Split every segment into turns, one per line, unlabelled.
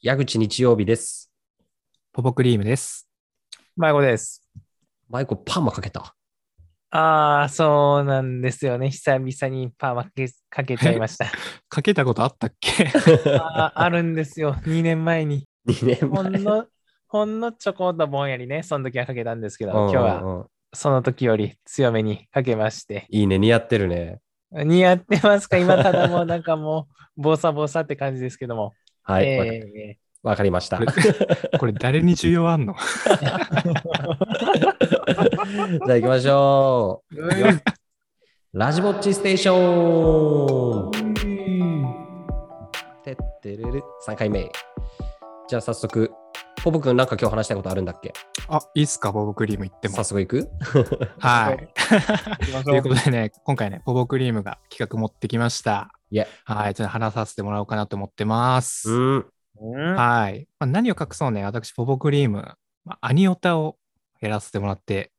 矢口日曜日です。
ポポクリームです。
迷子です。
マイコパーマかけた。
ああ、そうなんですよね。久々にパーマかけかけちゃいました。
かけたことあったっけ
あーあるんですよ。2年前に。
2年
ほ
前。
んの、ほんのちょこっとぼんやりね、その時はかけたんですけど、
うんうんう
今
ん
日はその時より強めにかけまして。
いいね、似合ってるね。
似合ってますか今ただもうなんかもう、ボサボサって感じですけども。
はい、
え
わ、わかりました。
こ
じ
れこれ誰に需要あんの
ゃあ行きましょ
ーうん
う。ラジボッチステーションてってれる3回目。じゃあ早速、ポポ君なんか今日話したいことあるんだっけ
あ、いいっすか、ポポクリーム言っても
早。速行く
はい。
行きまし
と
ょ
いううことでね、今回ね、ポポクリームが企画持ってきました。
いえ。
はい。ちょっと話させてもらおうかなと思ってます。
うん。
うん
はい。まあ、何を隠そうね、私、ポポクリーム、まあ、アニオタをやらせてもらって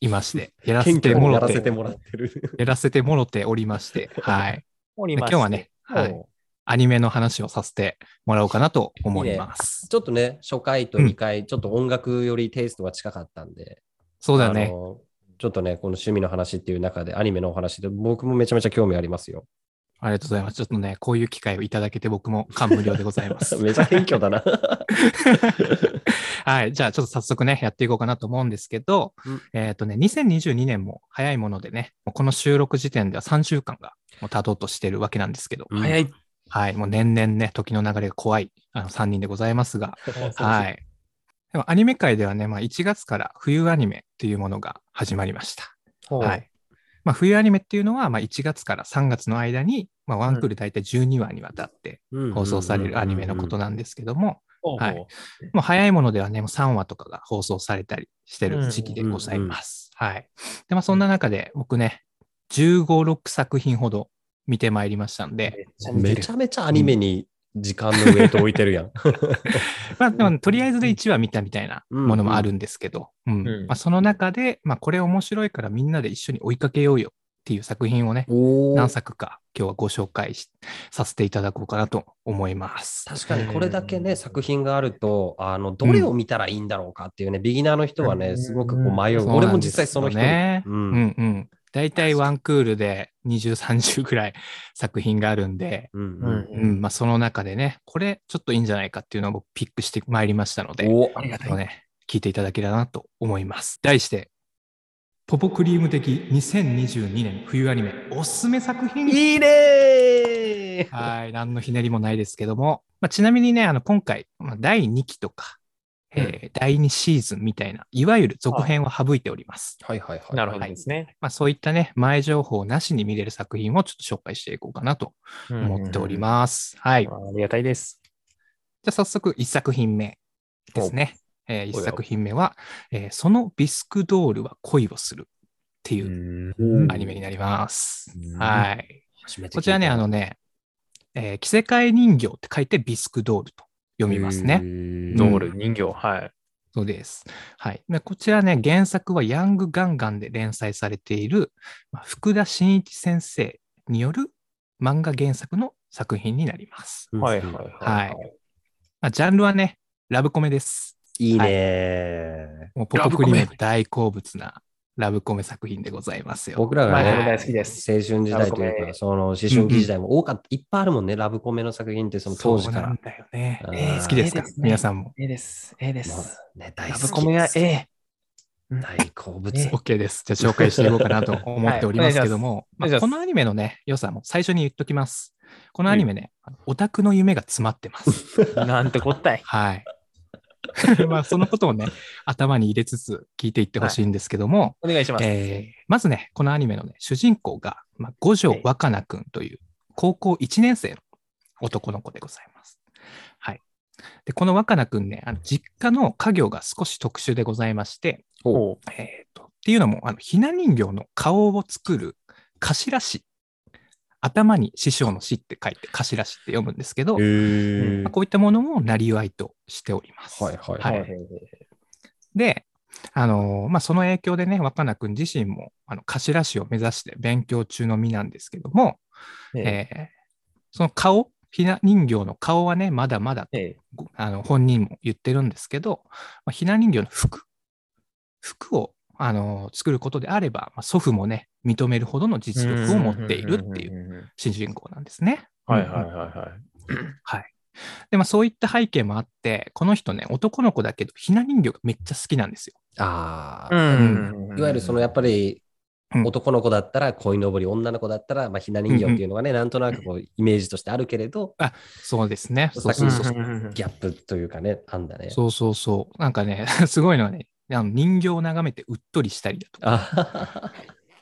いまして、やら せ
謙
て
虚
も
にや
ろ
らせて
て、
もらってる。
やらせてもろておりまして、 はい。
お
で
り
今
ます
日はね、はい、
お
アニメの話をさせてもらおうかなと思います。
ちょっとね、初回と2回、ちょっと音楽よりテイストが近かったんで、
そうだよ
あ
ね。
のちょっとね、この趣味の話っていう中で、アニメのお話で、僕もめちゃめちゃ興味ありますよ。
ありがとうございます。ちょっとね、こういう機会をいただけて僕も感無量でございます。
めちゃ謙虚だ な。
はい。じゃあ、ちょっと早速ね、やっていこうかなと思うんですけど、
うん
えっ、とね、2022年も早いものでね、もうこの収録時点では3週間がもう経とうとしてるわけなんですけど、
早い。
はい。もう年々ね、時の流れが怖いあの3人でございますが、はい。でもアニメ界ではね、まあ、1月から冬アニメというものが始まりました。
ほう
はい。まあ、冬アニメっていうのは、まあ、1月から3月の間に、まあ、ワンクール大体12話にわたって
うん
放送されるアニメのこと
だ。
なんですけども、
ほうほう
はいもう早いものではね、もう3話とかが放送されたりしてる時期でございます。はい。で、まあ、そんな中で僕ね、15、6作品ほど見てまいりましたんで、
めちゃめちゃアニメに時間のウェイト置いてるやん。
まあ、でもとりあえずで1話見たみたいなものもあるんですけど、うん
うん
まあ、その中で、まあ、これ面白いからみんなで一緒に追いかけようよっていう作品をね、
お
何
ー
作か今日はご紹介しさせていただこうかなと思います。
確かにこれだけね、作品があると、あの、どれを見たらいいんだろうかっていうね、ビギナーの人は
う
ね、
ん
すごくこう迷う。
そう
俺
な
も
んです
実際その人
よね。
う
うんんうん。大体ワンクールで20、30ぐらい作品があるんで、
うん
う
うん
ん
うん、まあその中でね、これちょっといいんじゃないかっていうのを僕ピックしてまいりましたので、
お
ありが
あのね、聞いていただければなと思います。題して、ポポクリーム的2022年冬アニメおすすめ作品
いいねー
はい、何のひねりもないですけども、まあ、ちなみにね、あの今回、まあ、第2期とか、えー第2シーズンみたいな、いわゆる続編を省いております。
はいはいはい。
なるほどですね。
まあ、そういったね、前情報なしに見れる作品をちょっと紹介していこうかなと思っております。はい。じ
す
ゃ
ありがたいです。
あ早速、1作品目ですね。え1作品目は、えーそのビスクドールは恋をするっていう
うん
アニメになります。
うん
はい。
初めて聞いた
こちらね、あのね、えー着せ替え人形って書いてビスクドールと読みますね。。
ド
どう
ール、人形、はい。
そうです。はい。でこちらね、原作はヤングガンガンで連載されている、まあ福田真一先生による漫画原作の作品になります。
はいはいはい。
はい。まあ、ジャンルはね、ラブコメです。
いいね
もうポポクリ
ラ
ム
ブコ
大好物なラブコメ作品でございますよ。
僕らが
はい
ね
は、い
大好きです。
青春時代と
ラブ
い
コ
うか、
メ
その思春期時代も多かった、いっぱいあるもんね、ラブコメの作品って、その当時か
そうな
ら
ん。だよね。
うん
えー
好きですか、
えーですね
皆さんも。
えです。えで
まあ
す。
ね、大
ラ
好き
ブコメは
です
え
大好物
え。
OK です。じゃあ紹介していこうかなと思っておりますけども、
はいお願いし
ま
ます
あこのアニメのね、良さも最初に言っときます。このアニメね、オタクの夢が詰まってます。
なんてこったい。
はい。 まあ、そのことをね、頭に入れつつ聞いていってほしいんですけども、
お願いします。
えーまずね、このアニメのね、主人公が、まあ、五条若菜くんという高校1年生の男の子でございます。はい。で、この若菜くんね、あの実家の家業が少し特殊でございまして、
ほう
ほ
えーとっていうのもあの、ひな人形の顔を作る頭師。頭に師匠の師って書いて頭師って読むんですけど、
へー
まあこういったものもなりわいとしております。
はいはい
い
は。
はいい
はい。
で、あのーまあ、その影響でね、若菜くん自身もあの頭師を目指して勉強中の身なんですけども、
ええ
えーその顔、ひな人形の顔はね、まだまだ
ええ。
ごあの本人も言ってるんですけど、まあ、ひな人形の服、服をあの作ることであれば、まあ、祖父もね、認めるほどの実力を持っているっていう
う。
主人公なんですね。
はい
うん
はいはいはい。
はい。で、まあ、そういった背景もあって、この人ね、男の子だけど、ひな人形がめっちゃ好きなんですよ。
あ
う
あ、
ん
いわゆるそのやっぱり
うん
男の子だったら鯉のぼり、女の子だったらまあひな人形っていうのがね、なんとなくこうイメージとしてあるけれど、
そうですね。
そう
そうそうそう。
ギャップというかね、あんだね。
そうそうそう。なんかね、 すごいのはね、あの人形を眺めてうっとりしたりだとか、
あ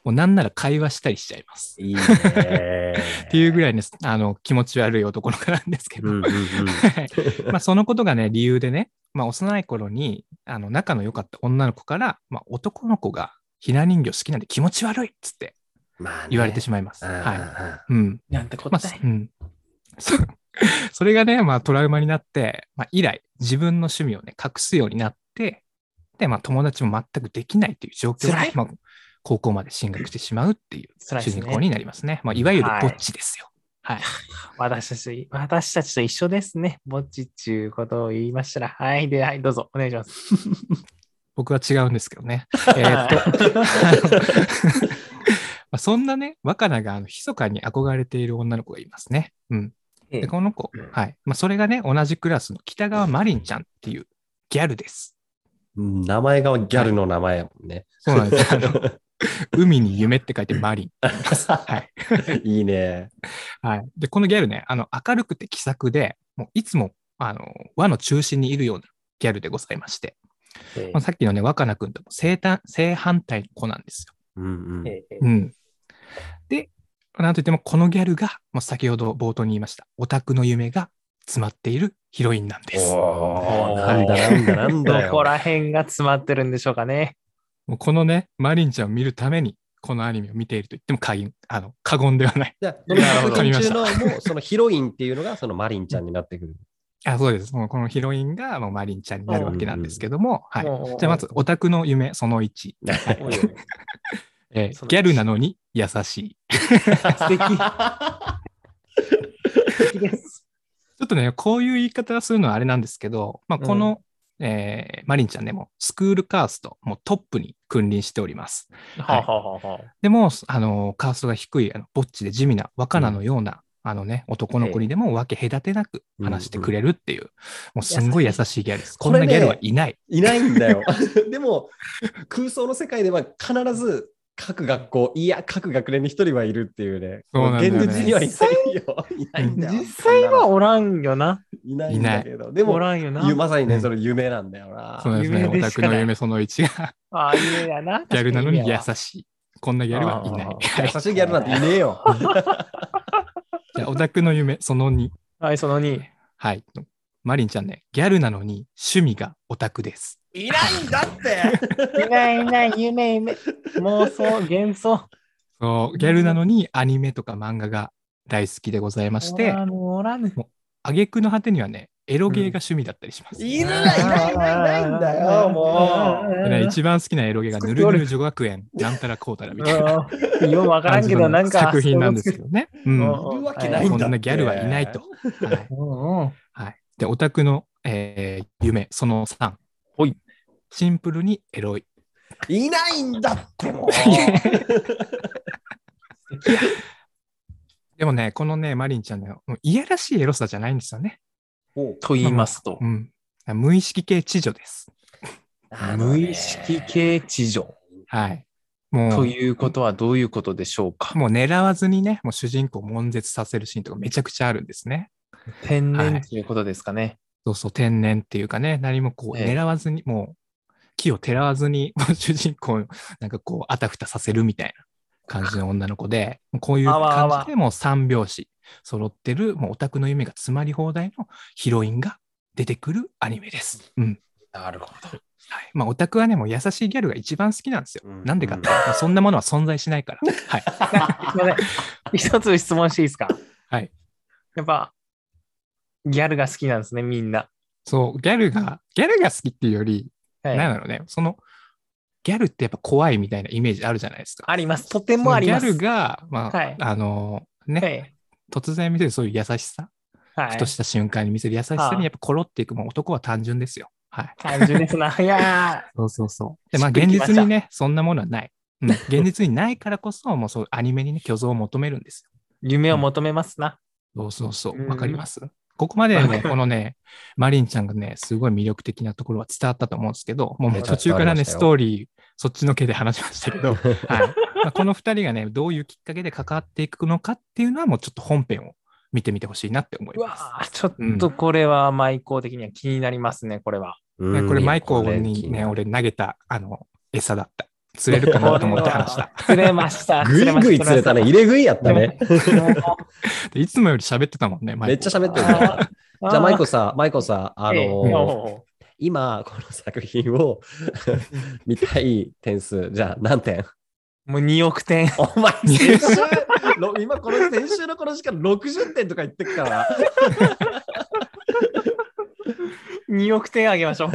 もうなんなら会話したりしちゃいます。
いいね。っ
っていうぐ
らい。
らいね、あの気持ち悪い男の子なんですけど、
うんうんうん
まあそのことがね、理由でね、まあ、幼い頃にあの仲の良かった女の子から、まあ、男の子がひな人形好きなんで気持ち悪いっつって
まあね
言われてしまいます。
うんうんうん
はいうん
なんてこ
ま
と
あ
だい。
うん、 そそれがね、まあ、トラウマになって、まあ、以来自分の趣味をね隠すようになってで、まあ、友達も全くできないという状況で
辛い
まあ、高校まで進学してしまうっていう
辛い
主
です
人
ね
公になりますね。まあ、いわゆるぼっちですよ。はい
私たち、私たちと一緒ですね。ぼっちっちゅうことを言いましたら。はい。で、はい、どうぞ。お願いします。
僕は違うんですけど ね。えーっと、 まあそんなね、若菜があの密かに憧れている女の子がいますね。うん。
ええ
で、この子、はい。まあ、それがね、同じクラスの北川マリンちゃんっていうギャルです。
うん名前がギャルの名前やもんね。
そうな んです。あの海に夢って書いてマリン。はい。
いいね。
はい。で、このギャルね、あの、明るくて気さくで、もういつも、あの、輪の中心にいるようなギャルでございまして、まあ、さっきのね、若菜くんとも正反正反対の子なんですよ。
うんうん。
ええ
うん。で、なんといってもこのギャルが、まあ、先ほど冒頭に言いました、オタクの夢が詰まっているヒロインなんです。
おーなんだなんだなんだ
どこ
よ。
ら辺が詰まってるんでしょうかね。
もうこのね、マリンちゃんを見るために、このアニメを見ていると言っても過言あの過言ではない。
じゃあ、そ
なるほ
の
ど
作品中のもうそのヒロインっていうのがそのマリンちゃんになってくる。
あそうです。もうこのヒロインがもうマリンちゃんになるわけなんですけども、はい。
もう
じゃあまず、オタクの夢その1、
おいおい
え ー
その一
ギャルなのに優しい。
素 敵。素敵です。
ちょっとね、こういう言い方するのはあれなんですけど、まあ、この、えーマリンちゃんね、もうスクールカースト、もうトップに君臨しております。
はあはあはあはあ
でも、あの、カーストが低い、あのぼっちで地味な若菜のような、あのね、男の子にでも分け隔てなく話してくれるっていう、もうすんごい優しいギャルです。こんなギャルはいない。
いないんだよ。でも、空想の世界では必ず各学校、いや、各学年に一人はいるっていうね。
そうなんだよね
現実にはいないよ。いないんだよ。
実際はおらんよな。
いないんだけど。で
お
も、
らんよな。
ゆまさに
う
ね、
ん
それ夢なんだよな。
そうですね、
夢
オ
で
タ
し
ク
かない
の夢その1が、
ああ、夢やな。
ギャルなのに優
確か
しい。こんなギャルはいない。
あー
はい
優しいギャルなんていねえ よ。
じゃあ、オタクの夢その2。
にはい、その2。
はい。マリンちゃんね、ギャルなのに趣味がオタクです。
いないんだって
いないいない、夢夢。妄想、幻想。
そう、ギャルなのにアニメとか漫画が大好きでございまし
お
て
ら、ぬ、おらぬ。
挙句の果てにはね、エロゲーが趣味だったりします。
いるないいないいないいないんだよ、もう。
でね、一番好きなエロゲがぬるぬる女学園、なんたらこうたらみたいな
うんようわから
感
ん
じ
けど、な
の
んか。
作品なんですけ
ど。
どね。うん。
う
い
ん
るわけないん
そ
だって。
んなギャルはいないと。。はい
うんうん。
はい。で、オタクの、えー夢、その3。
ほい
シンプルにエロい。
いないんだって、もう。
でもね、このね、マリンちゃんのもういやらしいエロさじゃないんですよね。
お
と言いますと
う、ん。無意識系知女です。
無意識。系地上
はい。もう、
ということはどういうことでしょうか。
もう狙わずにね、もう主人公を悶絶させるシーンとかめちゃくちゃあるんですね。
天
は
然
い
ということですかね。
そうそう、天然っていうかね、何もこう
ええ
狙わずに、もう木を照らわずに、もう主人公をなんかこう、あたふたさせるみたいな感じの女の子で、もうこういう
あわあわ
感じでもう三拍子揃ってる、もうオタクの夢が詰まり放題のヒロインが出てくるアニメです。うん。
なるほど。
はい、まあ、オタクはね、もう優しいギャルが一番好きなんですよ。
うん
なんでかって、まあそんなものは存在しない から。はい。
すいません一つ質問していいですか
はい。
やっぱ、ギャルが好きなんですね、みんな。
そう、ギャルが、ギャルが好きっていうより、
はい
なんだろうね、その、ギャルってやっぱ怖いみたいなイメージあるじゃないですか。
あります。とてもあります。
そのギャルが、まあ、
はい
あのね、
はい
突然見せるそういう優しさ
は
ふ
い
と。した瞬間に見せる優しさ
はあ
にやっぱコロっていく、もう男は単純ですよ。はい。
単純ですな。いや
そうそうそう。で、まあ
しっく
現
りきました
実にね、そんなものはない。うん、現実にないからこそ、もうそうアニメにね、虚像を求めるんです
ー夢を求めますな。
よ。そうそうそうう。
ん
わかります、ここまで
わ
ね、
かる
このね、マリンちゃんがね、すごい魅力的なところは伝わったと思うんですけど、もうも
め
う
ちゃ
途
くちゃ
中
あ
か
り
ら
ましたよ
ね、ストーリー、そっちのけで話しましたけど、
は
はいまあ、この2人がね、どういうきっかけで関わっていくのかっていうのは、もうちょっと本編を見てみてほしいなって思いうます。
わーちょっとこれは、マイコー的には気になりますね、これは。
ねこれ、マイコ
これ
ーにね、俺投げた、あの、餌だった。釣れるかなと思って話した。
釣れまし た。
ぐいぐい釣れたね。入れ食いやったね。
でいつもより喋ってたもんね、マ
めっ
イ
ち
コ
ゃ
ー
喋ってるね。
じ
じゃあ、マイコさ、マイコさ、 あの
ええ
ー今、この作品を 見たい点数、じゃあ何点
もう2億点。
お前、先週、ろ今この先週のこの時間60点とか言ってっから、
2億点あげましょう。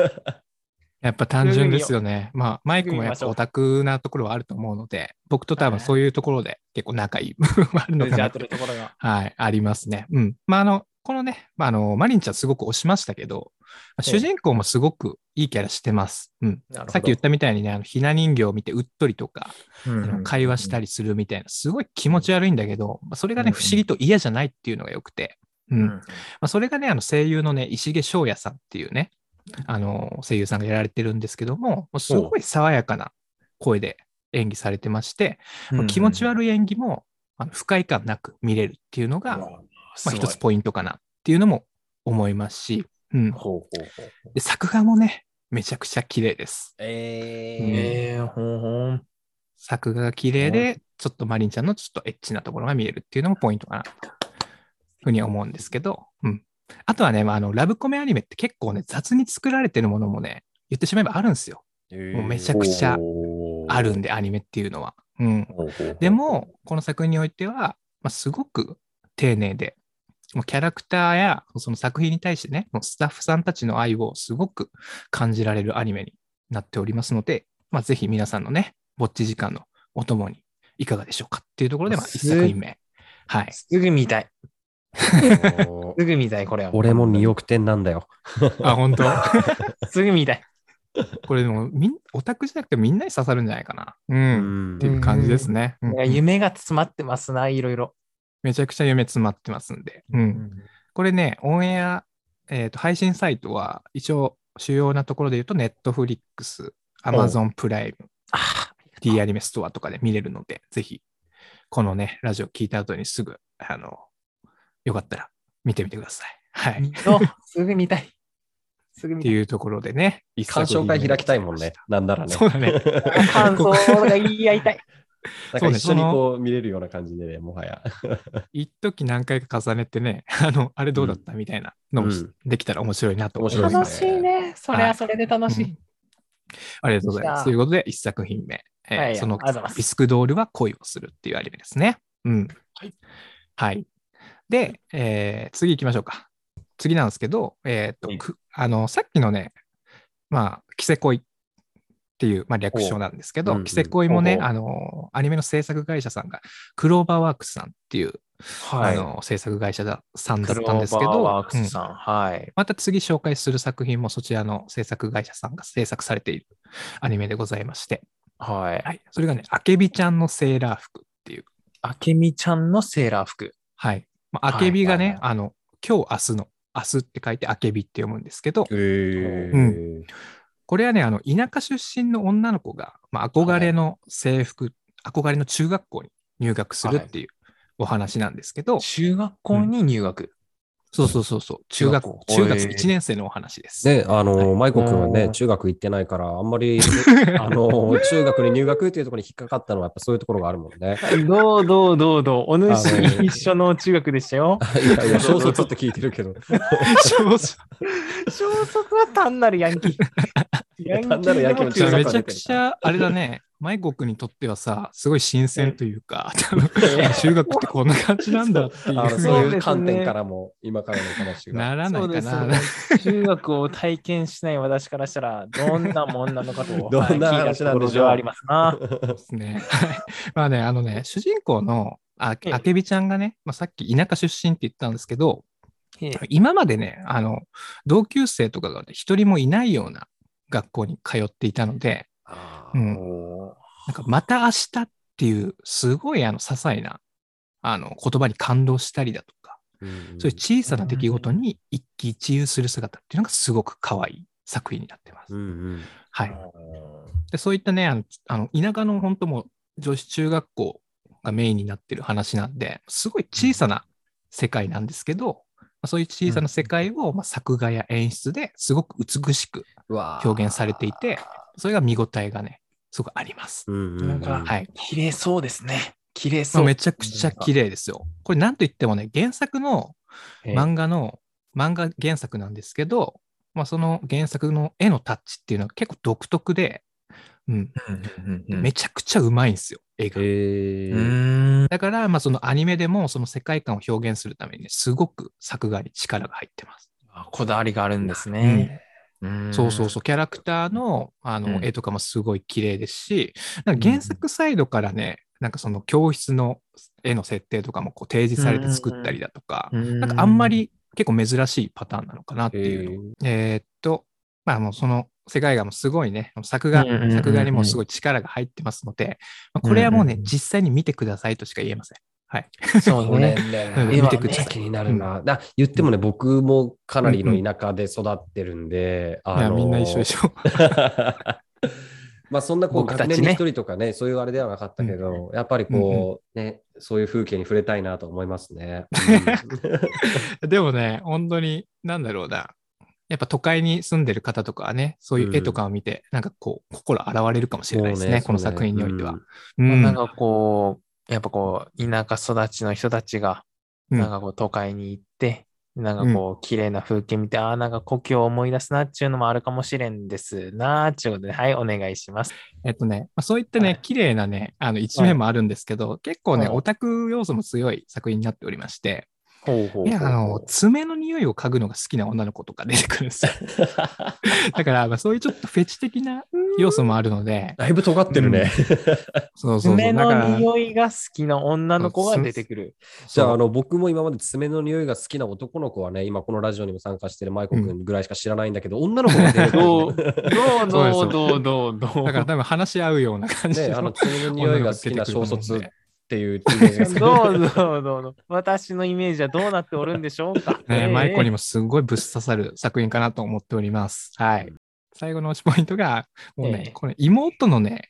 やっぱ単純ですよね。まあ、マイコもやっ
すぐ
ぱ
見ましょう
オタクなところはあると思うので、僕と多分そういうところで結構仲いい部分はあるのか
じゃ
な
あ、
と
取るところが。
はい、ありますね。うん。まあ、あの、このね、まあ、あの、マリンちゃんすごく推しましたけど、まあ
ええ
主人公もすごくいいキャラしてます。うん。さっき言ったみたいにね、あのひな人形を見てうっとりとか、あの会話した
り。
りするみたいな、すごい気持ち悪いんだけど、まあそれが
うん
ね、
うん
不思議と嫌じゃないっていうのが良くて、うん。まあ、それがね、あの声優のね、石毛翔也さんっていうね、あの声優さんがやられてるんですけども、もうすごい爽やかな声で演技されてまして、まあ気持ち
い。
悪い演技も、あの不快感なく見れるっていうのが、
ま
まあ、一つポイントかなっていうのも思いますし、うん、
ほうほうほうほう。
で作画もね、めちゃくちゃ綺麗です。
えー
ええ、ほんほん。
作画が綺麗で、ちょっとマリンちゃんのちょっとエッチなところが見えるっていうのもポイントかな、ふうに思うんですけど、うん。あとはね、まあ、あのラブコメアニメって結構ね、雑に作られてるものもね、言ってしまえばあるんですよ。もうめちゃくちゃあるんで、アニメっていうのは。うん。
ほうほうほう
でも、、この作品においては、まあ、すごく丁寧で、もうキャラクターやその作品に対してね、もうスタッフさんたちの愛をすごく感じられるアニメになっておりますので、まあ、ぜひ皆さんのね、ぼっち時間のお供にいかがでしょうかっていうところで、まあ、
す
一作品目。はい。
すぐ見たい。
おー
すぐ見たい、これは。
俺も2億点なんだよ。
あ、本当
すぐ見たい。
これでも、みん、オタクじゃなくてみんなに刺さるんじゃないかな。うん。
ん
っていう感じですね。うん
なんか夢が詰まってますな、いろいろ。
めちゃくちゃ夢詰まってますんで。うん。これね、オンエア、えーと配信サイトは、一応、主要なところで言うと、ネットフリックス、アマゾンプライム、
あ
D アニメストアとかで見れるので、ぜひ、このね、ラジオ聞いた後にすぐ、あの、よかったら見てみてください。は
あ、
い。
見
っ
ようすぐ見たい。すぐ見
て
たい。
いうところでね、一
鑑賞会開きたいもんね。なんならね。
そうだね。
感想が言い合いたい。
なん
そ
か
うね
一緒にこう見れるような感じでね、もはや。
一時何回か重ねてね、あの、あれどうだったみたいなのもし
うん
できたら面白いなと思い
面白
ま
いで
楽
す
す。
しいね。それはそれで楽し
う
い
ん。ありがとうございま
でした
す。ということで、一作品目、えー
はい
その
ありがとうございます
ビスクドールは恋をするっていうアニメですね。うん。はい。で、えー次行きましょうか。次なんですけど、えっ、と、
うん
くあの、さっきのね、まあ、キセコイっていう、まあ、略称なんですけ
ほううん
ど、
うん
キセコイも
ほ
ね
う、ほう
あの、アニメの制作会社さんが、クローバーワークスさんっていう、
は
あ
い。
の制作会社ださんだ
ク
っ
ロー
たん
バー
ですけ
ワ
ど
ー、ク
うん
スさん。はい。
また次紹介する作品もそちらの制作会社さんが制作されているアニメでございまして、
はい。
はい、それがね、あけびちゃんのセーラー服っていう、
あけみちゃんのセーラー服。
はい。ま
は
あ
い
けびがね、
はいはい
あの、今日、明日の、明日って書いてあけびって読むんですけど、
え
うこれはね、あの、田舎出身の女の子が、まあ、憧れの制服、憧れの中学校に入学するっていうお話なんですけど、
中学校に入学。
そうそうそうそう、中学、
中
中
学
学
校
1年生のお話です。
ね、あの、マイコ君は
う
ね、
ん
中学行ってないから、あんまり、あの、中学に入学っていうところに引っかかったのは、やっぱそういうところがあるもんね。
どうどうどうどう。お主
あの
一緒の中学でしたよ。
いやいや、小卒って聞いてるけど、
少々
小卒は単なるヤンキー。
や 単なるヤンキーの
じゃあ
中
め
学
ちゃくちゃ、あれだね、舞国にとってはさ、すごい新鮮というか、多分中学ってこんな感じなんだって
あ
いう
の
ふ
そう
う
いう
ですね
観点からも、今からの話
に
が。
ならない
そう
か
です
な。
中学を体験しない私からしたら、どんなもんなのかと、
どんな話なんでしょう
はい聞いたところはありますな。
ですね。はいまあね、あのね、主人公のあ
ええ
あけびちゃんがね、まあ、さっき田舎出身って言ったんですけど、
ええ
今までね、あの、同級生とかが一人もいないような学校に通っていたので、
あ
う
ー
んなんかまた明日っていう、すごいあの、些細な、あの、言葉に感動したりだとか、
うん
そういう小さな出来事に一喜一憂する姿っていうのがすごく可愛い作品になってます。
うんうん
はい。で、そういったね、あの、あの田舎の本当もう女子中学校がメインになってる話なんで、すごい小さな世界なんですけど、まあそういう小さな世界を、まあ、作画や演出ですごく美しく
うわー
表現されていて、それが見応えがね、すごくあります。
うんうん
なん
う
か
ん
はい。
綺麗そうですね。綺麗そ
まあ
う。
めちゃくちゃ綺麗ですよ。これなんといってもね、原作の
ええ
漫画の、漫画原作なんですけど、まあ、その原作の絵のタッチっていうのは結構独特で、うん、めちゃくちゃうまいんですよ、絵が。
え
う
ー
ーん。
だから、まあ、そのアニメでもその世界観を表現するためにね、すごく作画に力が入ってます。
あこだわりがあるんですね。ん
そうそうそう、キャラクターのあの
うん
絵とかもすごい綺麗ですし、なんか原作サイドからね、なんかその教室の絵の設定とかもこう提示されて作ったりだとか、
うーん。
なんかあんまり結構珍しいパターンなのかなっていうのをえーっと、まあもうその世界がもうすごいね、作画
うんうんうんう、ん
作画にもすごい力が入ってますので、まあこれはもうね、
うんうん
実際に見てくださいとしか言えません。 はい。
そうね。
うん
今
見てく
ね
ださい
気になるな。だ言ってもね、僕もかなりの田舎で育ってるんで、
い
あ
や
の
みんな一緒で しょ。
まあそんなこう
僕た
学
ち
年
ね
に一人とかね、そういうあれではなかったけど、やっぱりこう、ね、そういう風景に触れたいなと思いますね。
でもね、本当に、なんだろうな。やっぱ都会に住んでる方とかはね、そういう絵とかを見て、なんかこう、心洗われるかもしれないですね、この作品においては。う
まあ
ん
なんかこう、やっぱこう、田舎育ちの人たちが、
うん
なんかこう、都会に行って、なんかこう、綺麗な風景見て、ああ、なんか故郷を思い出すなっていうのもあるかもしれんですな、っていうことで、はい、お願いします。
えっとね、まあ、そういったね、
はい
綺麗なね、あの一面もあるんですけど、結構ね、
はい
オタク要素も強い作品になっておりまして、
ほうほうほう
いや、あの、爪の匂いを嗅ぐのが好きな女の子とか出てくるんですよ。だから、まあ、そういうちょっとフェチ的な要素もあるので、
だいぶ尖ってるね。
そうそうそ
爪
う。だか
の
ら、
匂いが好きな女の子が出てくる。
じゃあ、
そ
あ
う
の、僕も今まで爪の匂いが好きな男の子はね、今このラジオにも参加してるマイコ君ぐらいしか知らないんだけど、女の子が出ると
ど う、ど
そ
う、
うです
ど
よ
う、どう、どう、どう。
だから多分話し合うような感じ
ね、あの、
の
爪の匂いが好きな小卒っ
ね。
ていうイメージが好き
どうどうどうどう私のイメージはどうなっておるんでしょうか。
ね、マイコに
も。
もすごいぶっ刺さる作品かなと思っております。はい。最後の推しポイントが、もうね、
ええ
この妹のね、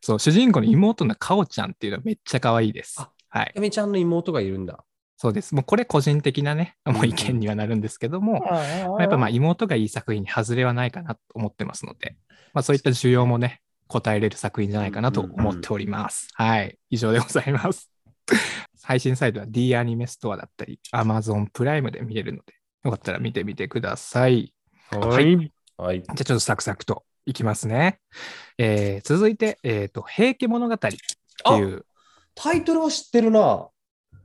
そう、主人公の妹のカオちゃんっていうのはめっちゃ可愛いです
あ。
はい。
やみちゃんの妹がいるんだ。
そうです。もうこれ個人的なね、もう意見にはなるんですけども、まあやっぱまあ妹がいい作品に外れはないかなと思ってますので、まあ、そういった需要もね、答えれる作品じゃないかなと思っております。はい。以上でございます。 配信サイトは D アニメストアだったり、Amazon プライムで見れるので、よかったら見てみてください。
はい。
はい。
じゃあちょっとサクサクといきますね。えー続いて、えっ、と、平家物語っていう、
タイトルは知ってるな。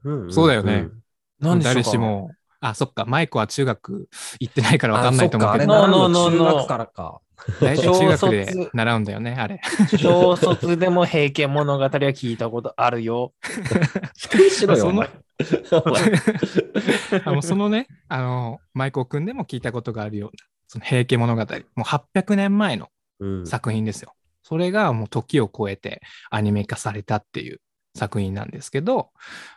うんん
そうだよね
ん
何でしょうか
誰し。も、あ、そっか、マイコは中学行ってないからわ
あ
かんないと思うけど、
そっかあれ
ノー
何
ノ
の
ーノーノー
中学からか。
大体中学
小
で
卒
習うんだよね、あれ。
小卒でも平家物語は聞いたことあるよ。
否定しろよ、
そ
お
の
前。
あのそのね、あの、舞子くんでも聞いたことがあるような、その平家物語、もう800年前の
うん
作品ですよ。それがもう時を超えてアニメ化されたっていう作品なんですけど、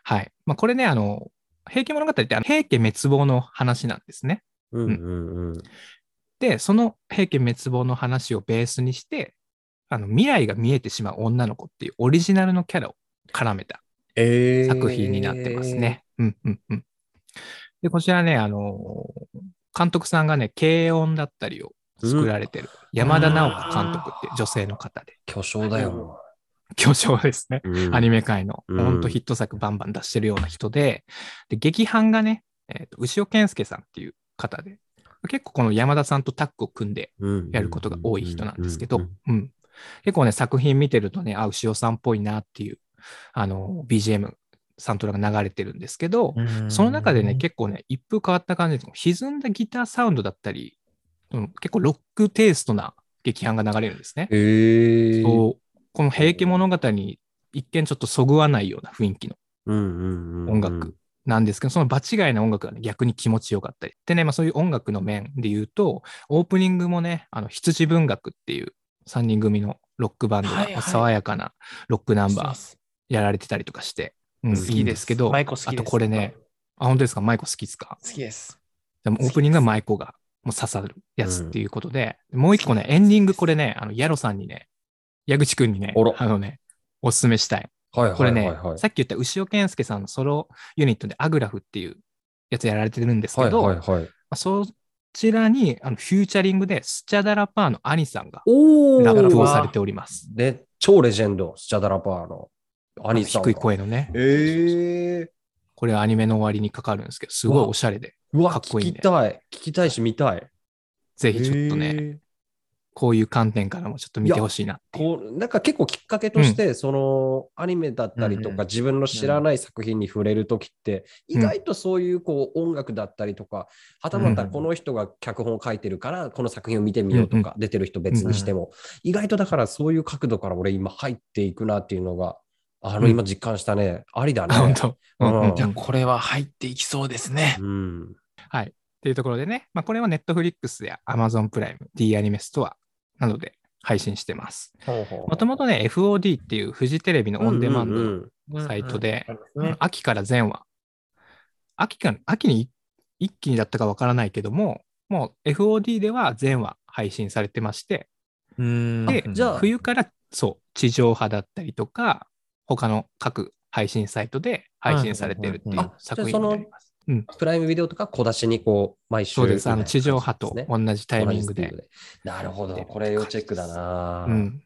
はい。まあ、これね、あの、平家物語ってあの平家滅亡の話なんですね。
うんうんうん。
で、その平家滅亡の話をベースにして、あの未来が見えてしまう女の子っていうオリジナルのキャラを絡めた
えー
作品になってます。ね。うんうんうん。で、こちらね、あのー監督さんがね、軽音だったりを作られてる、山田直子監督っていう女性の方で、
巨匠だよ、も
巨匠ですね。
ううん
アニメ界の、
うん
ほんとヒット作バンバン出してるような人で、で、劇版がね、えーと牛尾健介さんっていう方で、結構この山田さんとタッグを組んでやることが多い人なんですけど、うん。結構ね、作品見てるとね、あ、牛尾さんっぽいなっていう、あの、BGM、サントラが流れてるんですけど、その中でね、結構ね、一風変わった感じで、歪んだギターサウンドだったり、うん結構ロックテイストな劇版が流れるんですね。
えー
そうこの平家物語に一見ちょっとそぐわないような雰囲気の
うんうんうんうん
音楽なんですけど、その場違いな音楽が、ね、逆に気持ちよかったり。でね、まあそういう音楽の面で言うと、オープニングもね、あの、羊文学っていう3人組のロックバンド
はいはい
が、爽やかなロックナンバーやられてたりとかして、うん
好
好
き
きですけど、
マイコ好きです。
あとこれね。あ、本当ですかマイコ好きですか
好きです。
でもオープニングは舞子がもう刺さるやつっていうことで、もう一個ね、エンディングこれね、あの、ヤロさんにね、矢口くんにね
あら、
あのね、おすすめしたい。
はい
こ
は
れ
いは
ね、
いはい。
さっき言った牛尾健介さんのソロユニットでアグラフっていうやつやられてるんです
は
け
い
ど、
はいはい。
まあそちらにあのフューチャリングでスチャダラパーのアニさんが
お
ラップ
う
を
わ
されております。
ね、超レジェンド、スチャダラパーの
あ
ア
の
ニさんが。
低い声のね、
ええ
これはアニメの終わりにかかるんですけど、すごいおしゃれで、
うわ、
かっこいいね
聞きたい。聞きたいし、見たい。
ぜひちょっと
へ
ね、
ー
こういう観点からもちょっと見てほしいなっていう。
こうなんか結構きっかけとして、そのアニメだったりと
うんう
か、
ん
自分の知らない作品に触れるときって、意
うん
外とそういうこう音楽だったりとか、はたまたこの人が脚本を書いてるから、この作品を見てみようとか、出てる人別にしても、意外とだからそういう角度から俺今入っていくなっていうのが、あの
うん
今実感したね、ありだ
あ本
ね。
当、
う
うんんうん
じゃあこれは入っていきそうですね。
うん。
はい。っていうところでね、まあ、これは Netflix や Amazon プライム、D アニメストアなどで配信してます。も
も
ともとね、FOD っていうフジテレビのオンデマンド
うんう
の
んうん
サイトで、
うんうん
秋から全話。秋か秋に一気にだったかわからないけども、もう FOD では全話配信されてまして、
うん
で
じゃあ
冬からそう、地上波だったりとか、他の各配信サイトで配信されてるってい
うんうんうん
う
あ
作品になります。うん、
プライムビデオとか小出しにこう毎週
そうです。あの
みたいな感じ
地上波と
ですね
同じタイミン
同
グ
じ
で
スピー。ドなるほど、これ要チェックだな。
うん。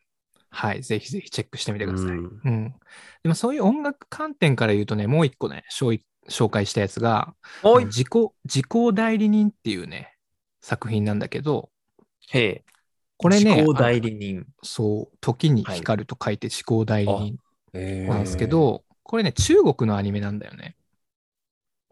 はい。ぜひぜひチェックしてみてください。
う
うんん。でもそういう音楽観点から言うとね、もう一個ね、紹介紹介したやつが、
お
あ
い
の。自己、自己代理人っていうね、作品なんだけど、
へえ。
これね
自、己代理人。
あのそう、時に光ると書いて自己代理人
えー
なんですけ、ど、これね、中国のアニメなんだよね。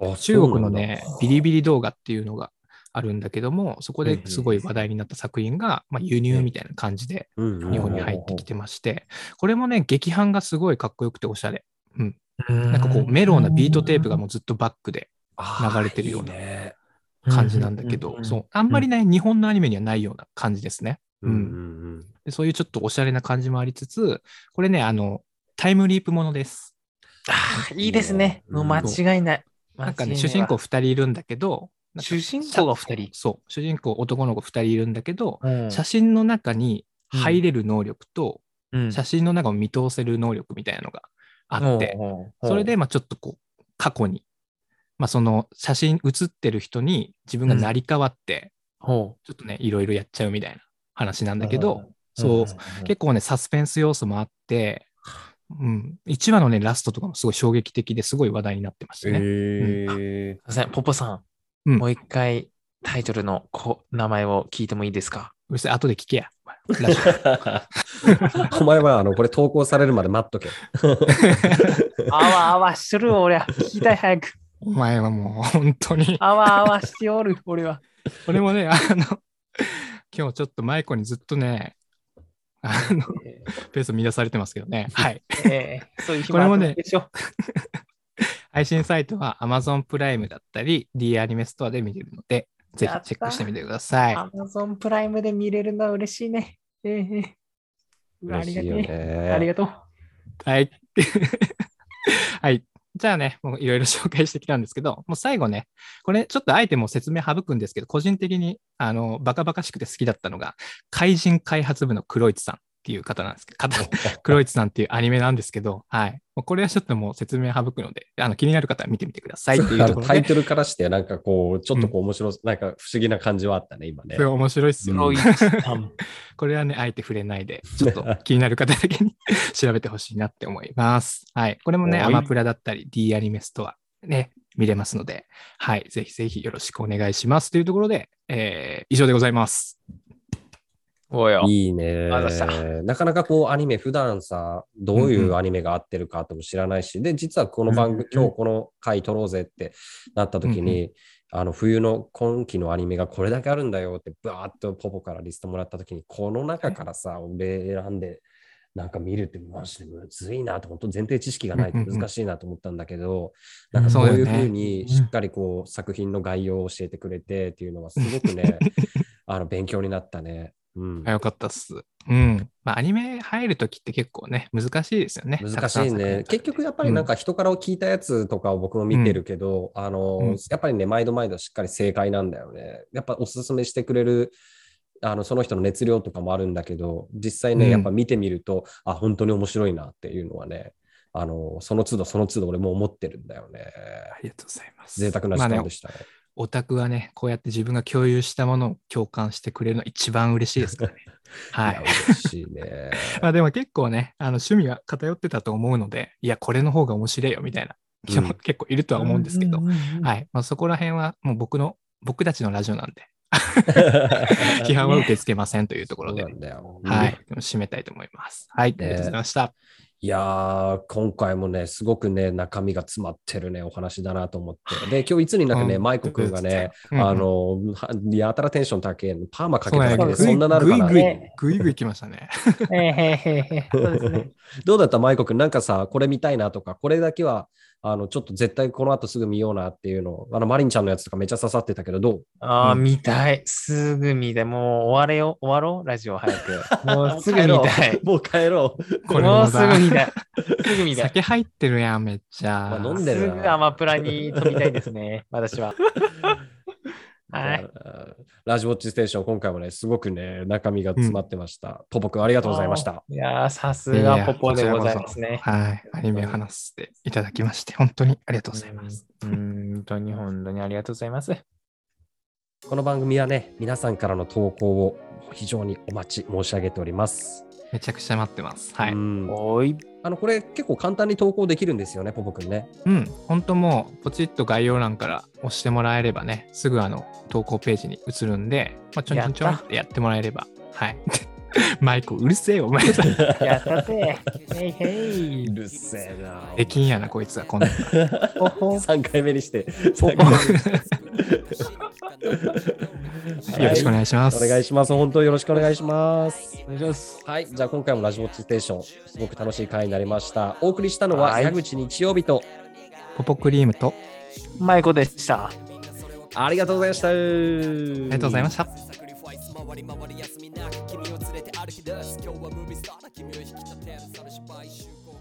あ
中国のね、ビリビリ動画っていうのがあるんだけども、そこですごい話題になった作品が、まあ、輸入みたいな感じで日
日
本に入ってきてまして、これもね、劇版がすごいかっこよくておしゃれ。
な
なんかこう、メロウなビートテープがもうずっとバックで
流
流れてるような
ね
感じなんだけど、そう、あんまりね、日本のアニメにはないような感じですね。
う
うんん
うん
でそういうちょっとおしゃれな感じもありつつ、これね、あの、タイムリープものです。
あーいいですね。
うん
もう間違いない。
なんか
間
ね、
違いないわ
主人公、2人いるんだけど、なんか
主人公が2人。
そう、主人公、男の子2人いるんだけど、
うん
写真の中に入れる能力と、
うん
写真の中を見通せる能力みたいなのがあって、
おうおうおう
それで、まあ、ちょっとこう、過去に、まあ、その写真写ってる人に自分が成り代わって、
ほ
ちょっとね、いろいろやっちゃうみたいな話なん
う
だけど、、
ん
そ
ん
う、結構ね、サスペンス要素もあって、うん、1話のね、ラストとかもすごい衝撃的ですごい話題になってました
うん
ね。
えー
すいません、ポポさん、
うん
もう一回タイトルのこ名前を聞いてもいいですか
うるせえ、後で聞けや。ラジ オ
お前はあのこれ投稿されるまで待っとけ。
あわあわしとる俺は。聞きたい早く。
お前はもう本当に、
あわあわしておる俺は。
俺もね、あの、今日ちょっとマイコにずっとね、あの、ペース乱されてますけどね。はい。
えーそういう
これもね
でしょ。
配信サイトは Amazon プライムだったり D アニメストアで見れるので、ぜひチェックしてみてください。
アマゾンプライムで見れるのは嬉しいね。ええうわあ
嬉
り
し
が
い
と
よ
うね。あり
ね。
がとう。
はい。 はい。じゃあね、もういろいろ紹介してきたんですけど、もう最後ね、これちょっとあえてもう説明省くんですけど、個人的にあのバカバカしくて好きだったのが、怪人開発部の黒市さんっていう方なんですけど、方黒市さんっていうアニメなんですけど、はい。もうこれはちょっともう説明省くので、あの気になる方は見てみてくださいっていう
あ の
ところ
タイ
で、
トルからして、なんかこう、ちょっとこう面白い、なんか不思議な感じはあったね、今ね
すごい。面白いっすよ。
黒
ロイさん。
これはね、あえて触れないで、ちょっと 気になる方だけに 調べてほしいなって思います。はい。これもね、
はい
アマプラだったり、D アニメストア、ね、見れますので、はい。ぜひぜひよろしくお願いします。というところで、えー以上でございます。
およ。
いいね
ありがとうございまし。
なかなかこうアニメ、普段さ、どうい
ん
う
う
うアニメが合ってるかとも知らないし、で、実はこの番組、
うんうん
今日この回撮ろうぜってなった時に、あの冬の今期のアニメがこれだけあるんだよって、バーっとポポからリストもらった時に、この中からさ、俺選んで、なんか見るってマジでむずいなと、本当前提知識がないと
うんうんうん
難しいなと思ったんだけど、
うん
なんかそういう
そうだよね
ふうにしっかりこう作品の概要を教えてくれてっていうのはすごく ね、あの勉強になったね。うん
あ、、よかったっす。うん。まあ、アニメ入るときって結構ね、難しいですよね。
難しいね。結局やっぱりなんか人から聞いたやつとかを僕も見てるけど、あの、
うん
やっぱりね、毎度毎度しっかり正解なんだよね。やっぱおすすめしてくれる、あの、その人の熱量とかもあるんだけど、実際ね、
うん
やっぱ見てみると、あ、本当に面白いなっていうのはね、あの、その都度その都度俺も思ってるんだよね。
ありがとうございます。
贅沢な時
まあね
間でしたね。
オタクはね、こうやって自分が共有したものを共感してくれるの一番嬉しいです からね。はい
や
い。
嬉しいね。
まあでも結構ね、あの趣味は偏ってたと思うので、いや、これの方が面白いよみたいな人
う
も
ん。
結構いるとは思うんですけど、はいい。まあそこら辺はもう僕の、僕たちのラジ オなんで、 批判は受け付けませんというところで、
そうなんだよ。
はい。締めたいと思います。はい。ありがとうございました。
いやー、今回もね、すごくね、中身が詰まってるね、お話だなと思って。で、今日いつになくね、
うん
マイコ君がね、
うんうん
あの、はやたらテンション高いのパーマかけ
う
た
や
だけで
ぐい
そんななるかな。
ぐいぐい、ぐいぐい来まし たね。
えへへへ。そうですね。
どうだったマイコ君、なんかさ、これ見たいなとか、これだけは、あの、ちょっと絶対この後すぐ見ようなっていうの、あの、マリンちゃんのやつとかめっちゃ刺さってたけど、どう。
ああ、
うん
見たい。すぐ見たい。もう終われよ。終わろう。ラジオ 早く。もうすぐ見たい
もう帰ろう。
これ
も
も
うすぐ
さ、
見たい。すぐ見たい。
酒入ってるやん、めっちゃ。
まあ飲んで
す
るな
ぐアマプラに飛びたいですね。私は。はい。
ラジウォッチステーション、今回もね、すごくね、中身が詰まってました。ポポ君、ありがとうございました。
いやーさす
い
が
や
ポポでございますね。
はい。アニメを話していただきまして、本当にありがとうございます。
うん、本当に本当にありがとうございます。
この番組はね、皆さんからの投稿を非常にお待ち申し上げております。。
めちゃくちゃ待ってます。はいう
ん
おい。
あのこれ結構簡単に投稿できるんですよね、ポポくんね。
うん。本当もう、ポチッと概要欄から押してもらえればね、すぐあの、投稿ページに移るんで、まあ、ちょんちょんちょん
やった
ってやってもらえれば。はい。 マイクうるせえよ、お前。
やった ぜ。へいへい。
るせえな
できんやな、こいつは、こんな。
ほほ。
3回目にして。
よろしくお願いします。
お願いします。本当によろしくお願いします。
お願いします。
はい、じゃあ今回もラジオステーション、すごく楽しい回になりました。お送りしたのは
はい
矢口日曜日と、
ポポクリームと、
マイコでした。
ありがとうございました。あり
ありがとうございました。
サクリファイス回り回り休みなく君を連れて歩き出す今日はムービースターな君を引き立てるサルシバイ集合